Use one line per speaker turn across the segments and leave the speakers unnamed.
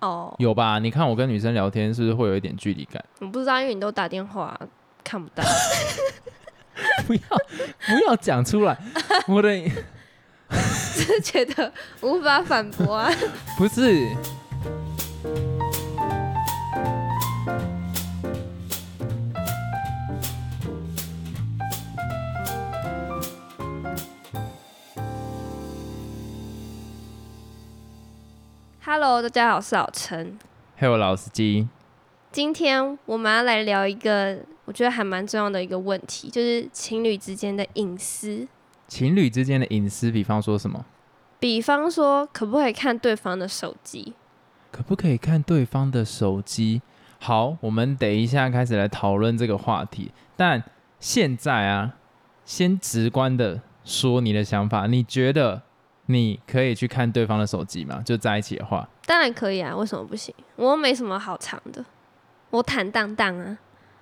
哦，
有吧？你看我跟女生聊天是不是会有一点距离感？
我不知道，因为你都打电话看不到。
不要不要讲出 来，我的
是觉得无法反驳啊。
不是。
Hello，大家好，我是老陈。
还有老司机，
今天我们要来聊一个我觉得还蛮重要的一个问题，就是情侣之间的隐私。
情侣之间的隐私，比方说什么，
比方说，可不可以看对方的手机？
可不可以看对方的手机？好，我们等一下开始来讨论这个话题。但现在啊，先直观的说你的想法，你觉得你可以去看对方的手机吗？就在一起的话，
当然可以啊，为什么不行？我又没什么好藏的，我坦荡荡啊，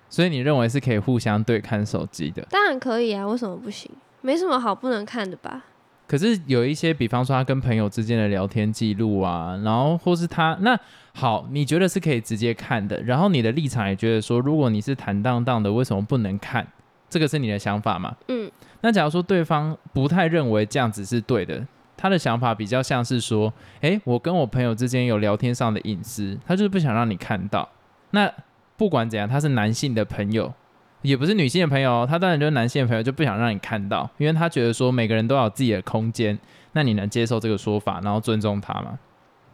所以你认为是可以互相对看手机的。
当然可以啊，为什么不行？没什么好不能看的吧？
可是有一些，比方说他跟朋友之间的聊天记录啊，然后或是他那好，你觉得是可以直接看的，然后你的立场也觉得说，如果你是坦荡荡的，为什么不能看？这个是你的想法嘛？
嗯，
那假如说对方不太认为这样子是对的，他的想法比较像是说，诶，我跟我朋友之间有聊天上的隐私，他就是不想让你看到。那不管怎样，他是男性的朋友，也不是女性的朋友哦，他当然就是男性的朋友，就不想让你看到，因为他觉得说每个人都要有自己的空间。那你能接受这个说法，然后尊重他吗？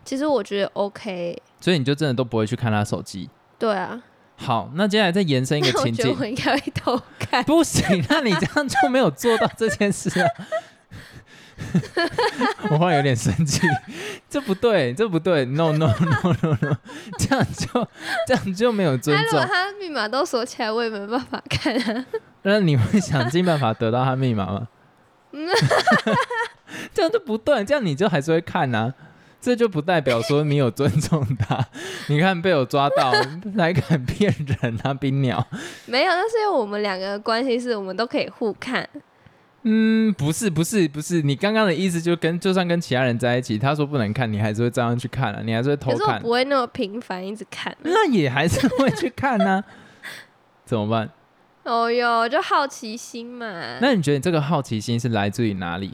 其实我觉得 OK。
所以你就真的都不会去看他手机。
对啊，
好，那接下来再延伸一个
那 我
情
觉得
境，
我应该会偷看。
不行，那你这样就没有做到这件事啊！ 我忽然有点生气，这不对，这不对，no no no no no，这样就这样就没有尊
那如
重
果。他密码都锁起来，我也没办法看 啊。
那你会想尽办法得到他密码 吗？这样就不对，这样你就还是会看呐、这就不代表说你有尊重他。 你看被我抓到，还敢骗人啊，冰鸟！
没有，那是因为我们两个的关系是我们都可以互看。
嗯，不是不是不是，你刚刚的意思就跟就算跟其他人在一起，他说不能看，你还是会照样去看啊，你还是会偷
可是我
看，
不会那么频繁一直看。
那也还是会去看呢、 怎么办？
哦哟，就好奇心嘛，
那你觉得你这个好奇心是来自于哪里？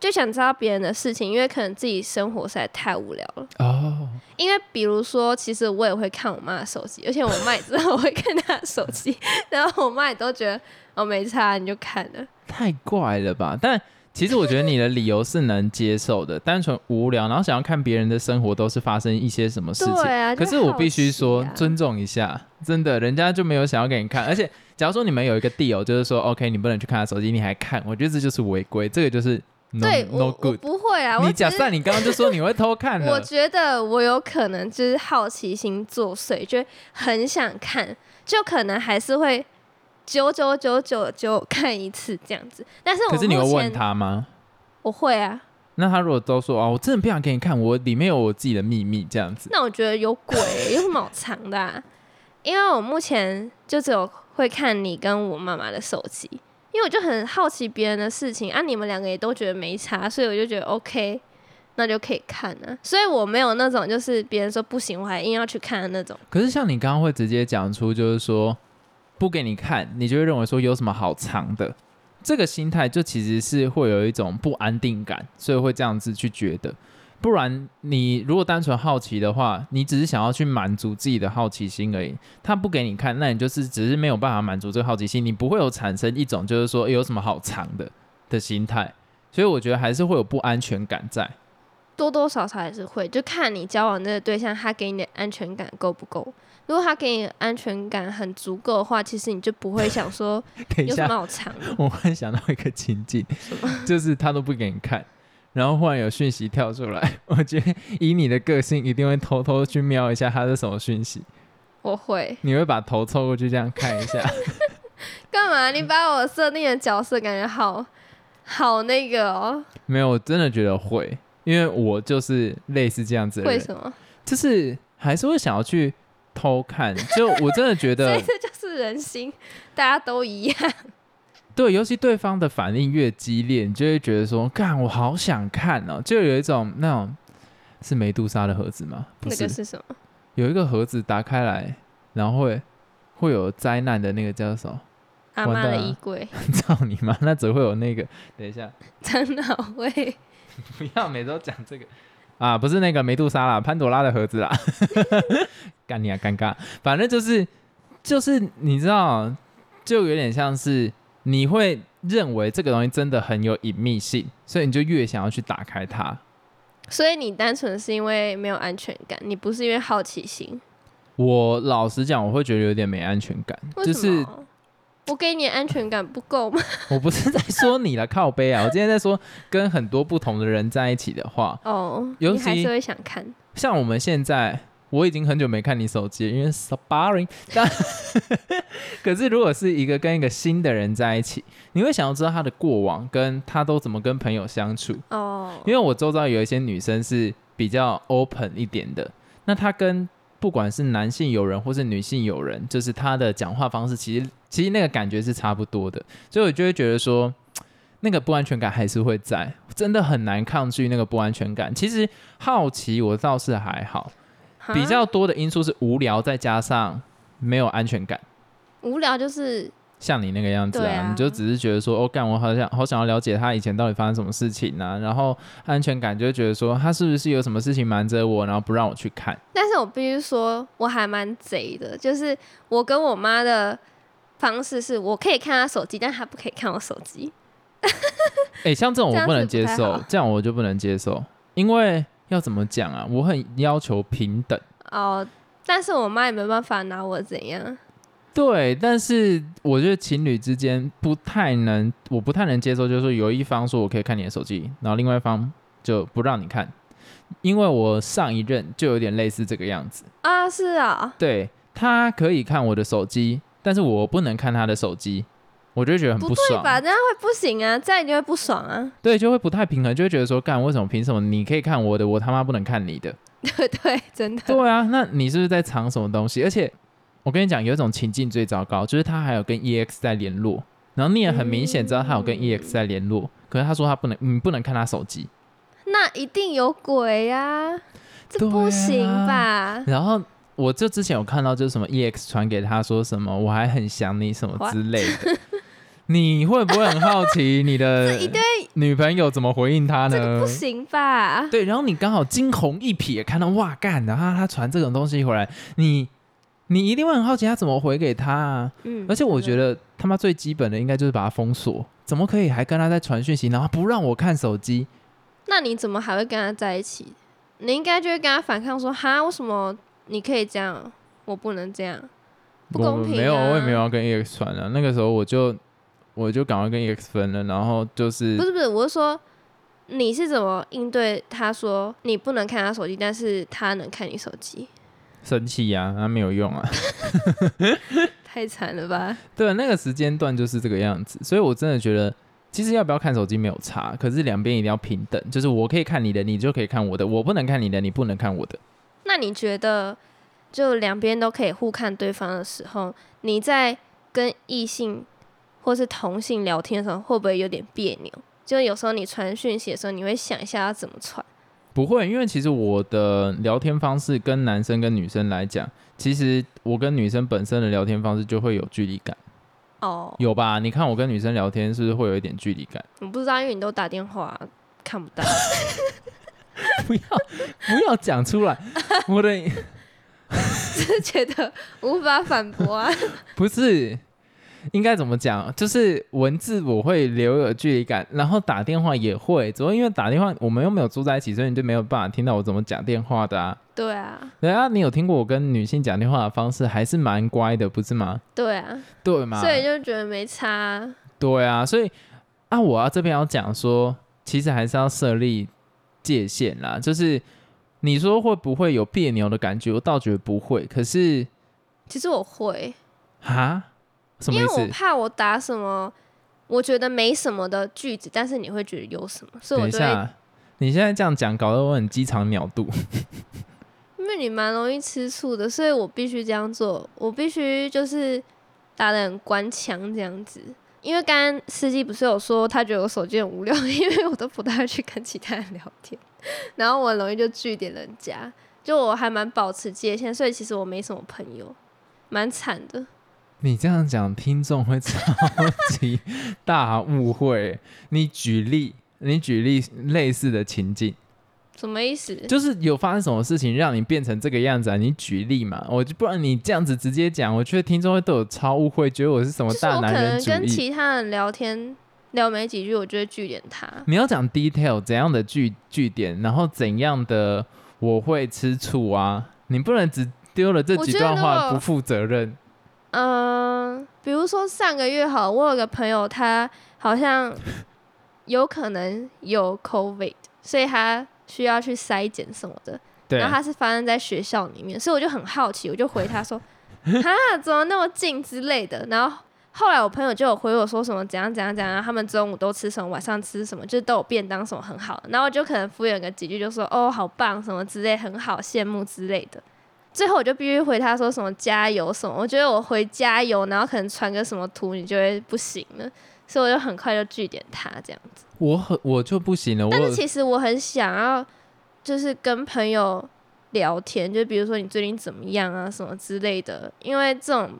就想知道别人的事情，因为可能自己生活实在太无聊了。
哦，
因为比如说，其实我也会看我妈的手机，而且我妈也知道我会看她的手 机，然后我妈也都觉得哦没差，你就看了。
太怪了吧？但其实我觉得你的理由是能接受的，单纯无聊，然后想要看别人的生活都是发生一些什么事情。
对啊，
可
就是
我
好
必须
奇
说，
啊
尊重一下，真的，人家就没有想要给你看。而且，假如说你们有一个 deal，就是说，OK，你不能去看他手机，你还看，我觉得这就是违规，这个就是 no
对我
no
我
good。
不会啊，我
你
只
假
是
设你刚刚就说你会偷看
我
了，
觉得我有可能就是好奇心作祟，就会很想看，就可能还是会九九九九九看一次这样子。但是我
可是你会
目前
问，他吗？
我会啊。
那他如果都说哦，我真的不想给你看，我里面有我自己的秘密这样子。
那我觉得有鬼、有什么好藏的、啊？因为我目前就只有会看你跟我妈妈的手机，因为我就很好奇别人的事情啊，你们两个也都觉得没差，所以我就觉得 OK，那就可以看啊。所以我没有那种就是别人说不行，我还硬要去看的那种。
可是像你刚刚会直接讲出，就是说不给你看，你就会认为说有什么好藏的，这个心态就其实是会有一种不安定感，所以会这样子去觉得。不然你如果单纯好奇的话，你只是想要去满足自己的好奇心而已。他不给你看，那你就是只是没有办法满足这个好奇心，你不会有产生一种就是说、诶有什么好藏的的心态。所以我觉得还是会有不安全感在。
多多少少还是会，就看你交往这个对象，他给你的安全感够不够。如果他给你的安全感很足够的话，其实你就不会想说
等一
有
下
什么，好藏的。
我忽然想到一个情境，就是他都不给你看，然后忽然有讯息跳出来， 我觉得以你的个性，一定会偷偷去瞄一下他是什么讯息，
我会
你会把头凑过去这样看一 下，
干嘛？你把我设定的角色感觉好好那个哦？
没有，我真的觉得会，因为我就是类似这样子的
为
人，
什么？
就是还是会想要去偷看，就我真的觉
所
得
以这 就是人心，大家都一样。
对，尤其对方的反应越激烈，你就会觉得说，干，我好想看哦，就有一种那种是梅杜莎的盒子吗？不
那
是，
个是什么？
有一个盒子打开来，然后会会有灾难的那个叫什么？
阿
完
妈
蛋
的
了
衣柜，
操你妈！那只会有那个，等一下，
真的好味。
不要每周讲这个啊，不是那个梅杜莎啦，潘朵拉的盒子啦， 干你啊，尴尬，反正就是就是你知道，就有点像是你会认为这个东西真的很有隐秘性，所以你就越想要去打开它。
所以你单纯是因为没有安全感，你不是因为好奇心。
我老实讲，我会觉得有点没安全感，
为
就
什么？
是
我给你的安全感不够吗？
我不是在说你了，靠背啊，我今天在说跟很多不同的人在一起的话，
哦，
尤
你还
其
是会想看。
像我们现在，我已经很久没看你手机了，因为 so boring。但 可是如果是一个跟一个新的人在一起，你会想要知道他的过往，跟他都怎么跟朋友相处。
哦，
因为我周遭有一些女生是比较 open 一点的，那她跟不管是男性友人或是女性友人，就是她的讲话方式，其实其实那个感觉是差不多的，所以我就会觉得说，那个不安全感还是会在，真的很难抗拒那个不安全感。其实好奇我倒是还好，
哈
比较多的因素是无聊，再加上没有安全感。
无聊就是
像你那个样子
对
啊，
啊
你就只是觉得说，哦，干，我好想好想要了解他以前到底发生什么事情啊，然后安全感就会觉得说，他是不是有什么事情瞒着我，然后不让我去看，
但是我必须说，我还蛮贼的，就是我跟我妈的方式是我可以看她手机，但她不可以看我手机。
哎、像这种
这
我
样
不能
是不
接
太
受
好，
这样我就不能接受，因为要怎么讲啊，我很要求平等，
哦，但是我妈也没办法拿我怎样。
对，但是我觉得情侣之间不太能，我不太能接受，就是说有一方说我可以看你的手机，然后另外一方就不让你看，因为我上一任就有点类似这个样子。
啊，是啊、
对他可以看我的手机，但是我不能看他的手机，我就会觉得很
不对
爽，
吧？这样会不行啊，这样你就会不爽啊，
对，就会不太平衡，就会觉得说，干，为什么凭什么你可以看我的，我他妈不能看你的？
对不对？真的，
对啊，那你是不是在藏什么东西？而且我跟你讲，有一种情境最糟糕，就是他还有跟 EX 在联络，然后你也很明显知道他有
嗯
跟 EX 在联络，可是他说他不能，你不能看他手机，
那一定有鬼啊，这不行吧？
然后。我就之前有看到，就是什么 EX 传给他说什么，我还很想你什么
What？
之类的。你会不会很好奇你的
啊这一定
女朋友怎么回应他
这个
呢
不？行吧？
对，然后你刚好惊鸿一瞥，看到哇干，然后他传这种东西回来，你你一定会很好奇他怎么回给他啊！
嗯
而且我觉得他妈最基本的应该就是把他封锁，怎么可以还跟他在传讯息，然后不让我看手机？
那你怎么还会跟他在一起？你应该就会跟他反抗说：“哈，为什么你可以这样，我不能这样？不公平、啊。”
我没有，我也没有。要跟 EX 传啊。那个时候我就我就赶快跟 EX 分了，然后就是
不是不是，我是说你是怎么应对他说你不能看他手机，但是他能看你手机，
生气呀、那、没有用啊。
太惨了吧？
对，啊那个时间段就是这个样子，所以我真的觉得，其实要不要看手机没有差，可是两边一定要平等，就是我可以看你的，你就可以看我的，我不能看你的，你不能看我的。
那你觉得，就两边都可以互看对方的时候，你在跟异性或是同性聊天的时候，会不会有点别扭？就有时候你传讯息的时候，你会想一下要怎么传。
不会，因为其实我的聊天方式跟男生跟女生来讲，其实我跟女生本身的聊天方式就会有距离感，
哦，
有吧？你看我跟女生聊天是不是会有一点距离感？
我不知道，因为你都打电话看 不到。
不要不要讲出来，我的
是觉得无法反驳啊。
不是，应该怎么讲？就是文字我会留有距离感，然后打电话也会，主要因为打电话我们又没有住在一起，所以你就没有办法听到我怎么讲电话的啊。
对啊，
对啊，你有听过我跟女性讲电话的方式，还是蛮乖的，不是吗？
对啊，
对嘛？
所以就觉得没差啊。
对啊，所以啊，我要这边要讲说，其实还是要设立界限啦。就是你说会不会有别扭的感觉？我倒觉得不会。可是
其实我会，
啊，什么
因
意
为我
思？
怕我打什么我觉得没什么的句子，但是你会觉得有什么，所以
等
我
一
就会，
下，你现在这样讲，搞得我很鸡肠鸟肚。
因为你蛮容易吃醋的，所以我必须这样做，我必须就是打的很官腔这样子。因为刚刚司机不是有说他觉得我手机很无聊， 因为我都不太会去跟其他人聊天，然后我很容易就据点人家，就我还蛮保持界限，所以其实我没什么朋友，蛮惨的。
你这样讲，听众会超级大误会。你举例，你举例类似的情境，
什么意思？
就是有发生什么事情让你变成这个样子啊？你举例嘛，我就不然你这样子直接讲，我觉得听众会对我超误会，觉得我是什么
就是
大
我可
男
能
人主
跟
义。
其他人聊天聊没几句，我就会据点他。
你要讲 detail 怎样的据据点，然后怎样的我会吃醋啊？你不能只丢了这
我
几
觉得
段话
我
不负责任。
嗯、比如说上个月好，我有个朋友，他好像有可能有 COVID，所以他需要去筛检什么的。
对
然后他是发生在学校里面，所以我就很好奇，我就回他说：“ 哈，怎么那么近之类的。”然后后来我朋友就有回我说什么怎样怎样怎样，然后他们中午都吃什么，晚上吃什么，就是都有便当什么很好。然后我就可能敷衍个几句，就说：“哦，好棒，什么之类，很好，羡慕之类的。”最后我就必须回他说什么加油什么，我觉得我回加油，然后可能传个什么图，你就会不行了，所以我就很快就据点他这样子。
我很我就不行了，我
但
有
是其实我很想要，就是跟朋友聊天，就比如说你最近怎么样啊，什么之类的，因为这种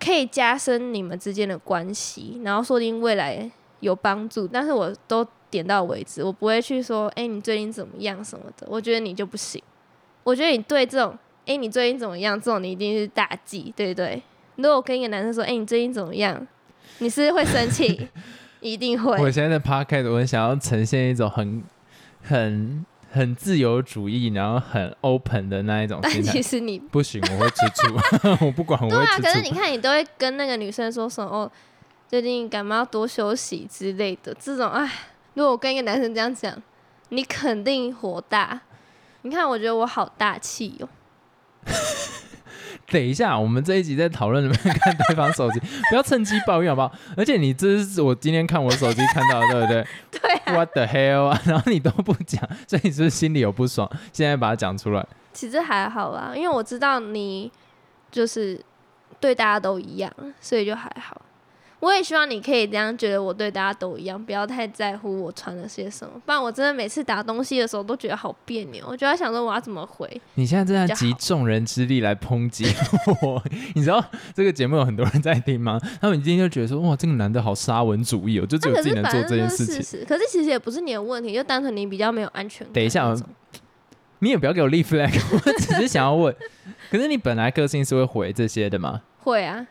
可以加深你们之间的关系，然后说不定未来有帮助。但是我都点到为止，我不会去说，哎、你最近怎么样什么的。我觉得你就不行，我觉得你对这种，哎、你最近怎么样这种，你一定是大忌，对不对？如果我跟一个男生说，哎、你最近怎么样，你是不是会生 气，一定会。
我现在在 podcast，我很想要呈现一种很、很、很自由主义，然后很 open 的那一种
但
心态
其。实你
不行，我会吃醋， 我不管，我
对
会
啊，
吃
可是
醋。
你看，你都会跟那个女生说什么哦，最近感冒多休息之类的，这种哎，如果我跟一个男生这样讲，你肯定火大。你看，我觉得我好大气哦，
等一下，我们这一集在讨论能不能看对方 手机，不要趁机抱怨好不好？而且你这是我今天看我手机看到的，对不对
对啊，
？What the hell 啊！然后你都不讲，所以你是不是心里有不爽？现在把它讲出来。
其实还好啦，因为我知道你就是对大家都一样，所以就还好。我也希望你可以这样觉得，我对大家都一样，不要太在乎我穿了些什么，不然我真的每次打东西的时候都觉得好别扭，我就在想说我要怎么回。
你现在正在集
比较好
众人之力来抨击我， 你知道这个节目有很多人在听吗？他们一定就觉得说，哇，这个男的好沙文主义哦，就 只
那
有
啊可
自己
是
能
反
做
正
这件事情。
实，可是其实也不是你的问题，就单纯你比较没有安全感
等一
那
下
种。
你也不要给我立 flag，我 只是想要问，可是你本来个性是会回这些的吗？
会啊，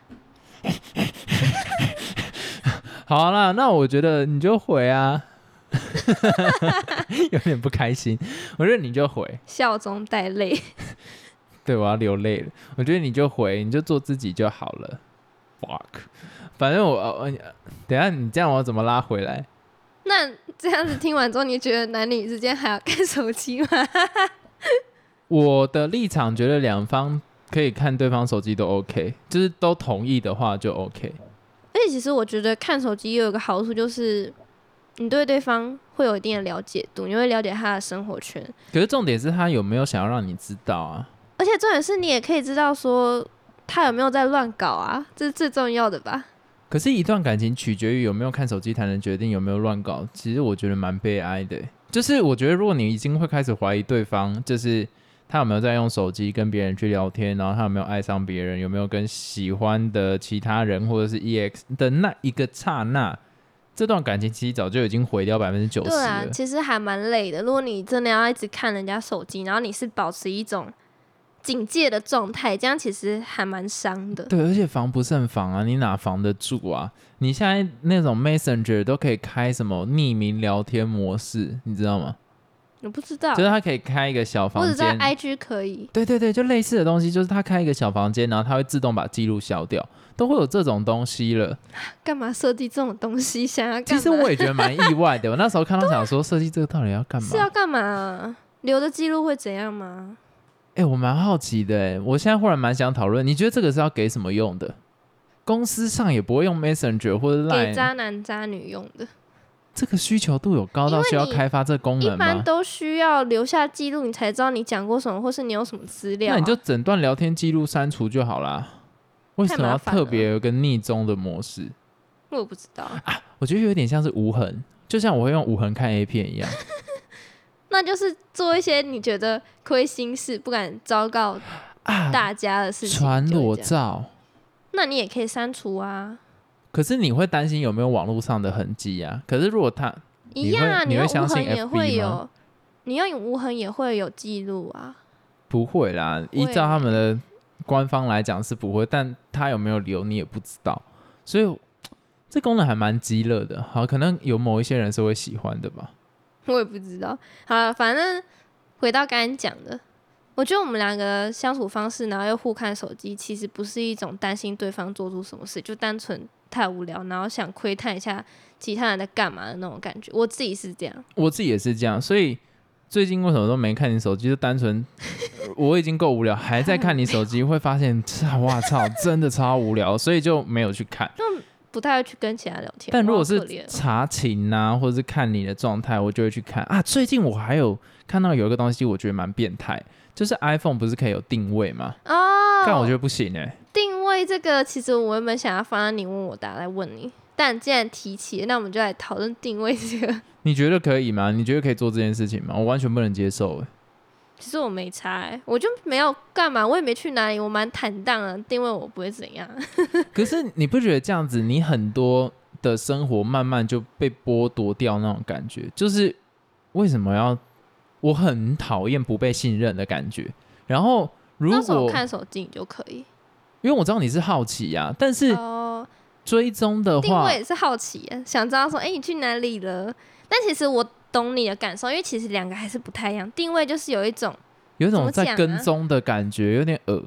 好啦，那我觉得你就回啊， 有点不开心。我觉得你就回，
笑中带泪。
对我要流泪了。我觉得你就回，你就做自己就好了。fuck，反正我呃呃等一下你这样我要怎么拉回来？
那这样子听完之后，你觉得男女之间还要看手机吗？
我的立场觉得两方可以看对方手机都 OK，就是都同意的话就 OK。
而且其实我觉得看手机也有一个好处，就是你对对方会有一定的了解度，你会了解他的生活圈，
可是重点是他有没有想要让你知道啊？
而且重点是你也可以知道说他有没有在乱搞啊，这是最重要的吧？
可是，一段感情取决于有没有看手机才能决定有没有乱搞。其实我觉得蛮悲哀的欸，就是我觉得如果你已经会开始怀疑对方，就是他有没有在用手机跟别人去聊天，然后他有没有爱上别人，有没有跟喜欢的其他人或者是 EX 的那一个刹那，这段感情其实早就已经毁掉百分之九十
对啊
了，。
其实还蛮累的。如果你真的要一直看人家手机，然后你是保持一种警戒的状态，这样其实还蛮伤的。
对，而且防不胜防啊，你哪防得住啊？你现在那种 Messenger 都可以开什么匿名聊天模式，你知道吗？
我不知道
就，是它可以开一个小
我
房
只知道
间。
IG 可以。
对对对，就类似的东西，就是它开一个小房间，然后它会自动把记录消掉，都会有这种东西了。
干嘛设计这种东西？想要干
其
嘛？
实我也觉得蛮意外的，我那时候看到想说，设计这个到底要干嘛
啊是？要干嘛啊、留着记录会怎样吗？
哎、我蛮好奇的哎，我现在忽然蛮想讨论，你觉得这个是要给什么用的？公司上也不会用 Messenger 或者
给
Line，
渣男渣女用的，
这个需求度有高到
因为
需要
你
开发这个功
一
能吗
般？都需要留下记录，你才知道你讲过什么，或是你有什么资料啊、
那你就整段聊天记录删除就好啦。为什么要特别有一个逆中的模式？
我不知道，
我觉得有点像是无痕，就像我会用无痕看 A 片 一样。
那就是做一些你觉得亏心事、不敢昭告
啊
大家的事情。
传
就会
裸
这样，
照，
那你也可以删除啊，
可是你会担心有没有网络上的痕迹啊？可是如果他
一
你
样啊，
会你
你
会
用无
相信
痕也
FB
会有
吗，
你用无痕也会有记录啊。
不会啦，
会
依照他们的官方来讲是不会，但他有没有留你也不知道，所以这功能还蛮鸡肋的。好，可能有某一些人是会喜欢的吧。
我也不知道。好了，反正回到刚刚讲的，我觉得我们两个相处方式，然后又互看手机，其实不是一种担心对方做出什么事，就单纯太无聊，然后想窥探一下其他人在干嘛的那种感觉。我自己是这样，
我自己也是这样，所以最近为什么都没看你手机，就单纯呃我已经够无聊，还在看你手机，会发现，哇操，真的超无聊，所以就没有去看。
不太会去跟其他聊天。
但如果
我好
是
可怜哦
查情啊，或者是看你的状态，我就会去看啊。最近我还有看到有一个东西，我觉得蛮变态，就是 iPhone 不是可以有定位吗？
哦，
但我觉得不行哎、
定位这个，其实我原本想要放在你问我答来问你，但既然提起，那我们就来讨论定位这个。
你觉得可以吗？你觉得可以做这件事情吗？我完全不能接受哎、
其实我没差、欸，我就没有干嘛，我也没去哪里，我蛮坦荡的，定位我不会怎样。
可是你不觉得这样子，你很多的生活慢慢就被剥夺掉那种感觉？就是为什么要？我很讨厌不被信任的感觉。然后 如
到时候
果
看手机你就可以。
因为我知道你是好奇呀、但是
哦，
追踪的
定
话
位，也是好奇耶，想知道说，哎、你去哪里了？但其实我懂你的感受，因为其实两个还是不太一样。定位就是有一种，
有一
怎
种
么讲
在
啊
跟踪的感觉，有点恶。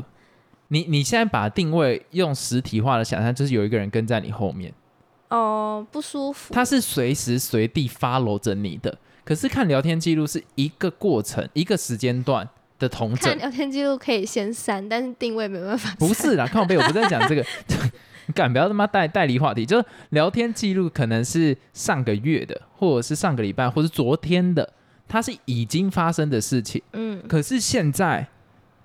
你你现在把定位用实体化的想象，就是有一个人跟在你后面，
哦，不舒服。
他是随时随地 follow 着你的。可是看聊天记录是一个过程，一个时间段的同整
看，聊天记录可以先删，但是定位没办法。
不是啦，靠背，我不在讲这个。 你敢不要他妈带带离话题？就是聊天记录可能是上个月的，或者是上个礼拜，或是昨天的，它是已经发生的事情。
嗯，
可是现在，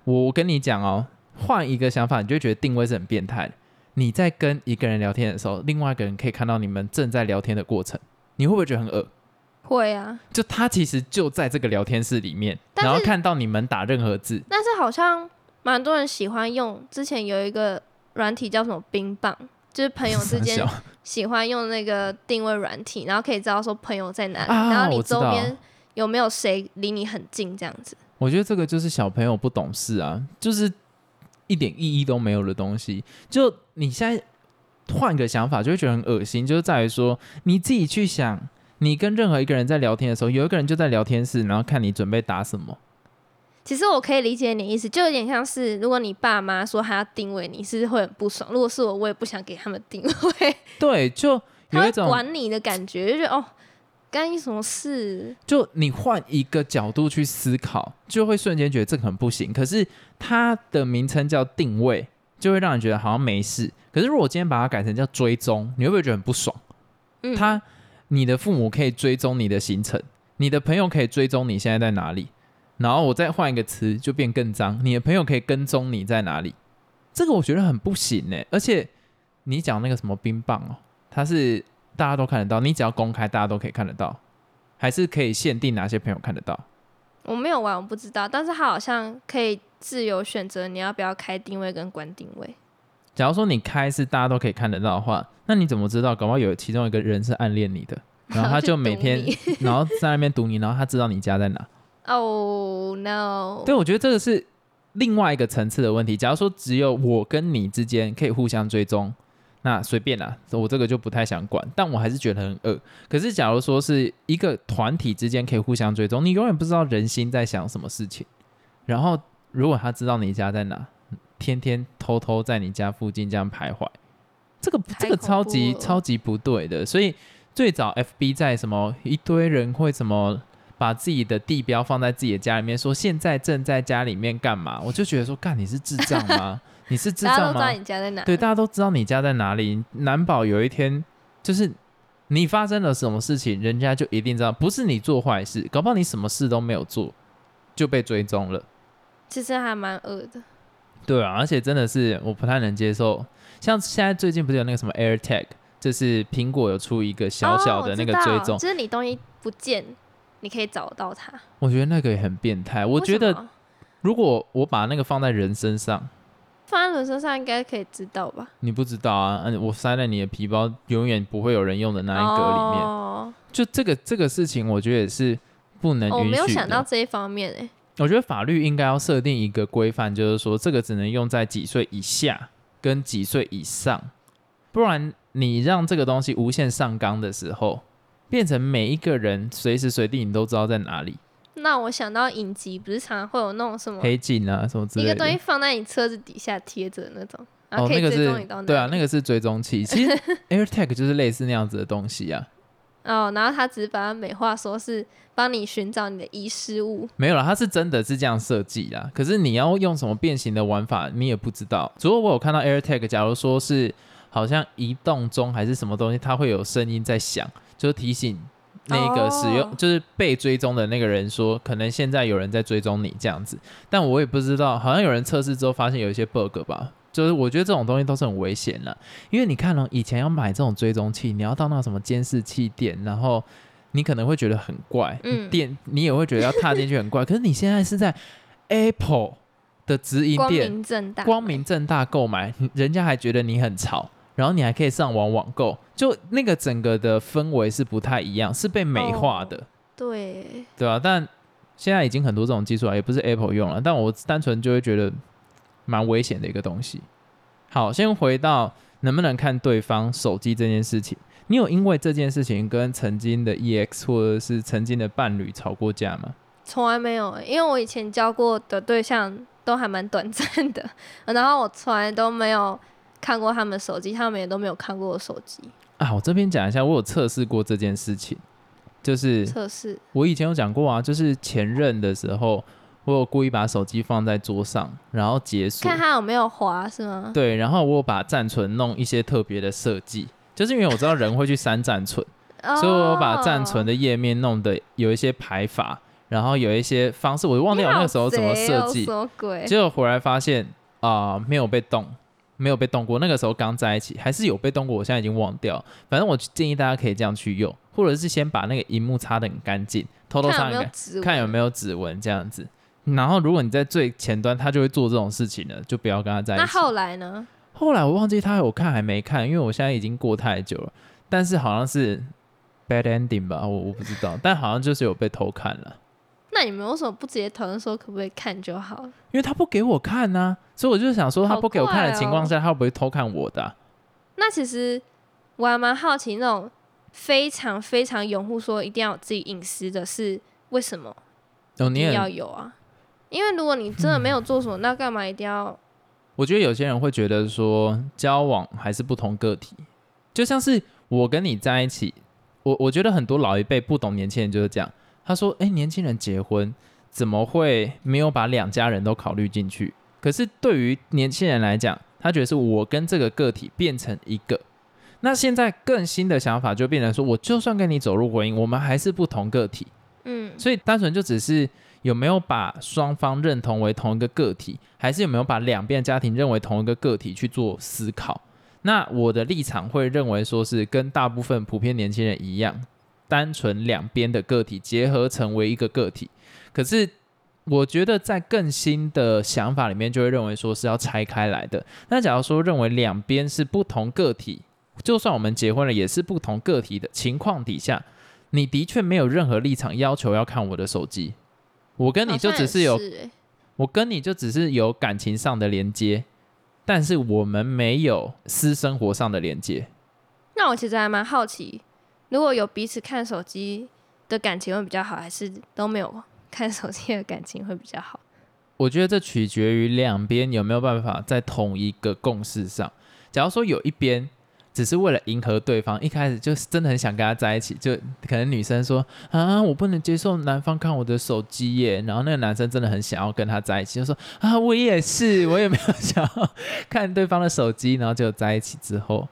我我跟你讲哦，换一个想法，你就会觉得定位是很变态的。你在跟一个人聊天的时候，另外一个人可以看到你们正在聊天的过程，你会不会觉得很恶？
会啊，
就他其实就在这个聊天室里面，
但是
然后看到你们打任何字，
但是好像蛮多人喜欢用。之前有一个软体叫什么冰棒，就是朋友之间
小
喜欢用那个定位软体，然后可以知道说朋友在哪里，
啊
然后你
我知
周
道
边有没有谁离你很近这样子。
我觉得这个就是小朋友不懂事啊，就是一点意义都没有的东西。就你现在换个想法，就会觉得很恶心，就是在于说你自己去想，你跟任何一个人在聊天的时候，有一个人就在聊天室，然后看你准备打什么。
其实我可以理解你的意思，就有点像是如果你爸妈说他要定位你，是会很不爽。如果是我，我也不想给他们定位，
对，就
他
有
会
一种，
管你的感觉，就觉得哦，干你什么事？
就你换一个角度去思考，就会瞬间觉得这个很不行。可是它的名称叫定位，就会让人觉得好像没事。可是如果我今天把它改成叫追踪，你会不会觉得很不爽？
嗯，
他，你的父母可以追踪你的行程，你的朋友可以追踪你现在在哪里，然后我再换一个词就变更脏，你的朋友可以跟踪你在哪里，这个我觉得很不行呢、而且你讲那个什么冰棒哦，它是大家都看得到，你只要公开，大家都可以看得到，还是可以限定哪些朋友看得到？
我没有玩，我不知道，但是他好像可以自由选择你要不要开定位跟关定位。
假如说你开是大家都可以看得到的话，那你怎么知道？搞不好有其中一个人是暗恋你的，然后他就每天
然后，
然后在那边堵你，然后他知道你家在哪。
哦、no，
对，我觉得这个是另外一个层次的问题。假如说只有我跟你之间可以互相追踪，那随便啦，我这个就不太想管，但我还是觉得很恶。可是假如说是一个团体之间可以互相追踪，你永远不知道人心在想什么事情。然后如果他知道你家在哪，天天偷偷在你家附近这样徘徊，这个
太
这个
恐
超级
怖了
超级不对的。所以最早 FB 在什么一堆人会什么把自己的地标放在自己的家里面，说现在正在家里面干 嘛？我就觉得说，干你是智障吗？你是智
大家都
障
知道
吗？
你家在哪。
对，大家都知道你家在哪里，难保有一天就是你发生了什么事情，人家就一定知道，不是你做坏事，搞不好你什么事都没有做就被追踪了。
其实还蛮恶的。
对啊，而且真的是我不太能接受，像现在最近不是有那个什么 AirTag，就是苹果有出一个小小的那个追
哦我知道
踪，
就是你东西不见，你可以找到它。
我觉得那个也很变态。我
为什
觉得
么
如果我把那个放在人身上，
放在轮身上应该可以知道吧？
你不知道啊，嗯，我塞在你的皮包永远不会有人用的那一格里面。
哦，
就这个这个事情，我觉得也是不能
哦我
允
没有
许的。
想到这一方面欸诶、
我觉得法律应该要设定一个规范，就是说这个只能用在几岁以下跟几岁以上，不然你让这个东西无限上纲的时候，变成每一个人随时随地你都知道在哪里，
那我想到影集，不是常常会有那种什么
黑镜啊什么之
一
类
个东西
的。
放在你车子底下贴着那种，然
哦
后，可
那
以
个
追
是
踪你到哪
对啊，
里
那个是追踪器。其 实 AirTag 就是类似那样子的东西啊，
哦，然后他只是把它美化，说是帮你寻找你的遗失物。
没有啦，它是真的是这样设计啦。可是你要用什么变形的玩法，你也不知道。如果我有看到 AirTag，假如说是好像移动中还是什么东西，它会有声音在响，就是提醒那个使用、
哦
就是被追踪的那个人说，可能现在有人在追踪你这样子。但我也不知道，好像有人测试之后发现有一些 bug 吧。就是我觉得这种东西都是很危险的，因为你看哦，以前要买这种追踪器，你要到那什么监视器店，然后你可能会觉得很怪，
嗯
店你也会觉得要踏进去很怪。可是你现在是在 Apple 的直营
光
店，
明正大，
光明正大购买，人家还觉得你很潮，然后你还可以上网网购，就那个整个的氛围是不太一样，是被美
哦
化的，
对，
对吧、啊但现在已经很多这种技术了，也不是 Apple 用了，但我单纯就会觉得蛮危险的一个东西。好，先回到能不能看对方手机这件事情，你有因为这件事情跟曾经的 EX 或者是曾经的伴侣吵过架吗？
从来没有欸，因为我以前交过的对象都还蛮短暂的，然后我从来都没有看过他们手机，他们也都没有看过我手机
啊，我这边讲一下，我有测试过这件事情，就是
测试。
我以前有讲过啊，就是前任的时候，我有故意把手机放在桌上，然后解锁
看，他有没有滑是吗？
对，然后我有把暂存弄一些特别的设计，就是因为我知道人会去删暂 存，
哦
所以我把暂存的页面弄得有一些排法，然后有一些方式，我忘
你
掉我那
好
个时候怎么
贼
设
哦
计，
什么鬼？
结果回来发现啊、没有被动，没有被动过。那个时候刚在一起，还是有被动过，我现在已经忘掉。反正我建议大家可以这样去用，或者是先把那个荧幕擦得很干净，偷偷擦很
看有没有
干，
指纹？
看有没有指纹这样子。然后如果你在最前端，他就会做这种事情了，就不要跟他在一起。
那后来呢？
后来我忘记他有看还没看，因为我现在已经过太久了。但是好像是 bad ending 吧，我我不知道，但好像就是有被偷看了。
那你们为什么不直接讨论说可不可以看就好了？
因为他不给我看呐、所以我就想说，他不给我看的情况下，他会不会偷看我的啊、
那其实我还蛮好奇，那种非常非常拥护说一定要有自己隐私的是为什么
哦，你
一
嗯
定要
也，
有啊？因为如果你真的没有做什么，那干嘛一定要？
我觉得有些人会觉得说，交往还是不同个体，就像是我跟你在一起，我我觉得很多老一辈不懂年轻人就是这样，他说，哎、年轻人结婚怎么会没有把两家人都考虑进去？可是对于年轻人来讲，他觉得是我跟这个个体变成一个。那现在更新的想法就变成说，我就算跟你走入婚姻，我们还是不同个体。
嗯，
所以单纯就只是有没有把双方认同为同一个个体，还是有没有把两边家庭认为同一个个体去做思考？那我的立场会认为说是跟大部分普遍年轻人一样，单纯两边的个体结合成为一个个体。可是我觉得在更新的想法里面，就会认为说是要拆开来的。那假如说认为两边是不同个体，就算我们结婚了，也是不同个体的情况底下，你的确没有任何立场要求要看我的手机。我跟你就只是有
好像也欸
我跟你就只是有感情上的连接，但是我们没有私生活上的连接。
那我其实还蛮好奇，如果有彼此看手机的感情会比较好，还是都没有看手机的感情会比较好？
我觉得这取决于两边有没有办法在同一个共识上。假如说有一边只是为了迎合对方，一开始就是真的很想跟他在一起，就可能女生说啊，我不能接受男方看我的手机耶，然后那个男生真的很想要跟他在一起，就说啊，我也是，我也没有想要看对方的手机，然后就在一起之后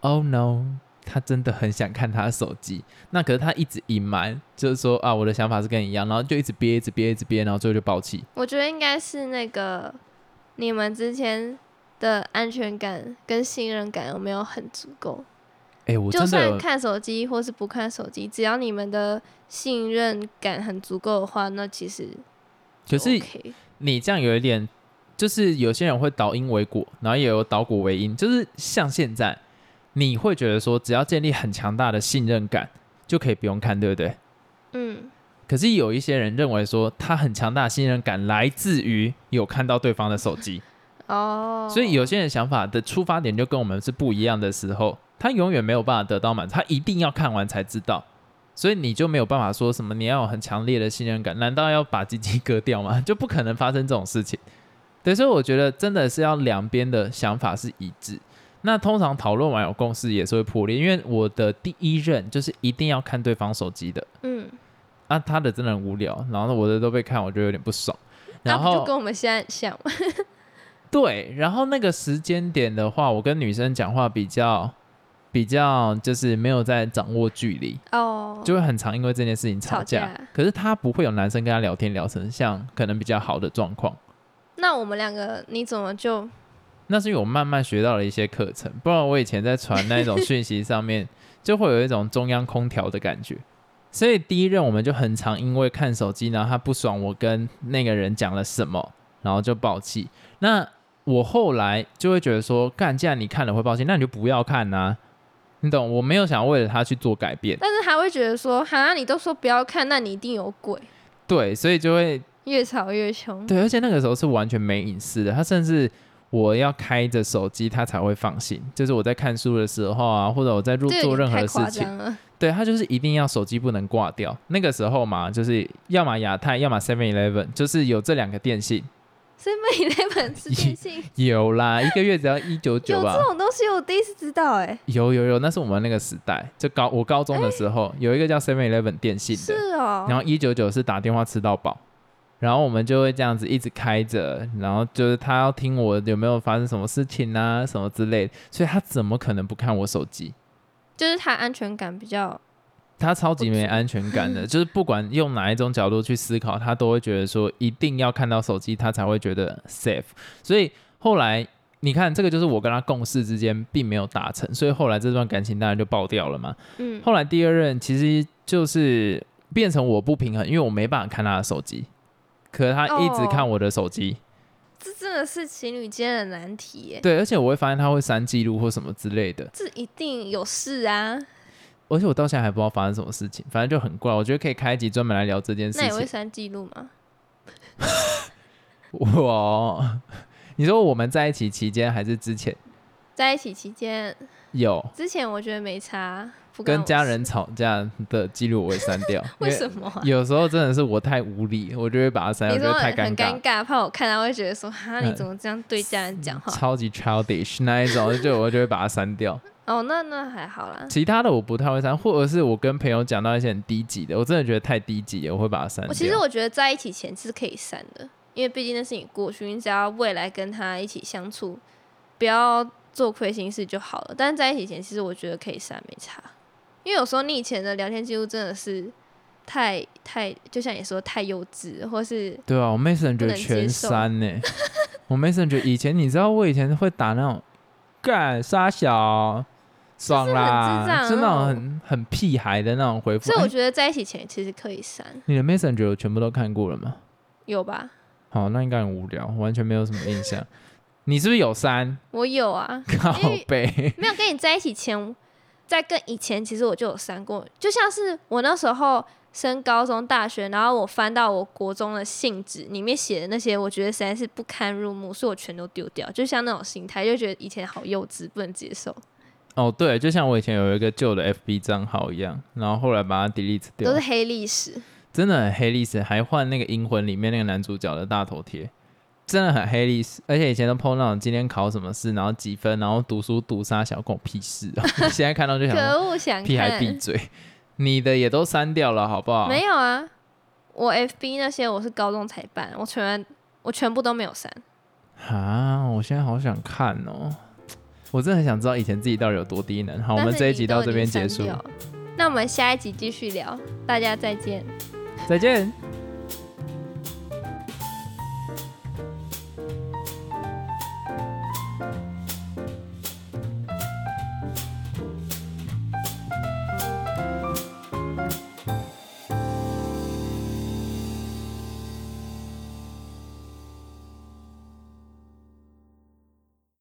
，Oh no。他真的很想看他的手机，那可是他一直隐瞒，就是说啊，我的想法是跟你一样，然后就一直憋，一直憋，一直憋，然后最后就爆气。
我觉得应该是那个你们之间的安全感跟信任感有没有很足够？
哎、哎、我
就
真
算
的
看手机或是不看手机，只要你们的信任感很足够的话，那其实
可是
OK。
你这样有一点，就是有些人会导因为果，然后也有导果为因，就是像现在，你会觉得说，只要建立很强大的信任感，就可以不用看，对不对？
嗯，
可是有一些人认为说，他很强大的信任感来自于有看到对方的手机，
哦，
所以有些人想法的出发点就跟我们是不一样的时候，他永远没有办法得到满足，他一定要看完才知道。所以你就没有办法说什么你要有很强烈的信任感，难道要把鸡鸡割掉吗？ 就不可能发生这种事情。对，所以我觉得真的是要两边的想法是一致。那通常讨论完有共识也是会破裂，因为我的第一任就是一定要看对方手机的，
嗯，
啊，他的真的很无聊，然后我的都被看，我就有点不爽。
那
然
不
后
就跟我们现在很像吗？
对，然后那个时间点的话，我跟女生讲话比较比较就是没有在掌握距离，
哦，
就会很常因为这件事情吵
吵
架。
架
可是她不会有男生跟她聊天聊成像可能比较好的状况，
那我们两个你怎么就
那是因为我慢慢学到了一些课程，不然我以前在传那种讯息上面就会有一种中央空调的感觉。所以第一任我们就很常因为看手机，然后他不爽我跟那个人讲了什么，然后就爆气。那我后来就会觉得说，干，既然你看了会爆气，那你就不要看呐、啊你懂？我没有想为了他去做改变，
但是他会觉得说，哈，你都说不要看，那你一定有鬼，
对，所以就会
越吵越凶。
对，而且那个时候是完全没隐私的，他甚至我要开着手机，他才会放心。就是我在看书的时候啊，或者我在入
这有
做
点
任何
太
的事
夸
情，
张了。
对他就是一定要手机不能挂掉。那个时候嘛，就是要么亚太，要么 Seven Eleven，就是有这两个电信。
所以每 那本吃电信
有啦，一个月只要一九
有
九吧
这。种东西，我第一次知道、哎，
有有有，那是我们那个时代，就高我高中的时候，有一个叫 Seven Eleven 电信的
是，哦、
然后一九九是打电话吃到饱，然后我们就会这样子一直开着，然后就是他要听我有没有发生什么事情啊，什么之类的，所以他怎么可能不看我手机？
就是他安全感比较
他超级
不
没
足
安全感的，就是不管用哪一种角度去思考，他都会觉得说一定要看到手机，他才会觉得 safe。所以后来你看，这个就是我跟他共识之间并没有达成，所以后来这段感情当然就爆掉了嘛。
嗯，
后来第二任其实就是变成我不平衡，因为我没办法看他的手机，可是他一直看我的手机。
哦这真的是情侣间的难题、哎，
对，而且我会发现他会删记录或什么之类的，
这一定有事啊。
而且我到现在还不知道发生什么事情，反正就很怪。我觉得可以开一集专门来聊这件事
那你会
情。
删记录吗？
我，你说我们在一起期间还是之前
在一起期间，
有
之前我觉得没差，啊不关
跟
我
家
事
人吵架的记录，我会删
。
掉
为
因
什么啊、
有时候真的是我太无理，我就会把它删掉，
你
我觉
说
得太
很
尴
很
尬
尴。尬，怕我看他会觉得说，哈，你
嗯
怎么这样对家人讲话？
超级 childish 那一种，就我就会把它删掉。
哦，那那还好啦。
其他的我不太会删，或者是我跟朋友讲到一些很低级的，我真的觉得太低级了，我会把它删掉。
我其实我觉得在一起前是可以删的，因为毕竟那是你过去，你只要未来跟他一起相处，不要做亏心事就好了。但是在一起前，其实我觉得可以删，没差。因为有时候你以前的聊天记录真的是太太，就像你说太幼稚，或是
对啊，我 Messenger
能接
全
受
删呢、 我 Messenger 以前你知道我以前会打那种干沙小爽
就是很智障
啦，
的
就那
那
种
种
很很屁孩的那种回复。
所以我
哎
觉得在一起前其实可以删，
你的 Messenger 我全部都看过了吗？
有吧？
好，那应该很无聊，完全没有什么印象。 你是不是有删？
我有啊，
靠背，
没有跟你在一起前，在跟以前，其实我就有删过，就像是我那时候升高中、大学，然后我翻到我国中的信纸里面写的那些，我觉得实在是不堪入目，所以我全都丢掉。就像那种心态，就觉得以前好幼稚，不能接受，
哦，对，就像我以前有一个旧的 FB 账号一样，然后后来把它 delete 掉
都是。黑历史。
真的很黑历史，还换那个《银魂》里面那个男主角的大头贴，真的很黑历史。而且以前都 PO 那种今天考什么试，然后几分，然后读书读啥小，关我屁事 啊！现在看到就想说
可恶，想
屁孩闭
看
嘴，你的也都删掉了，好不好？
没有啊？我 FB 那些我是高中才办，我全我全部都没有删。
啊，我现在好想看哦，我真的很想知道以前自己到底有多低能。好，我们
但是
这一
你
集
都
到
已
这
经
边结
删
束
掉，了那我们下一集继续聊，大家再见。
再见。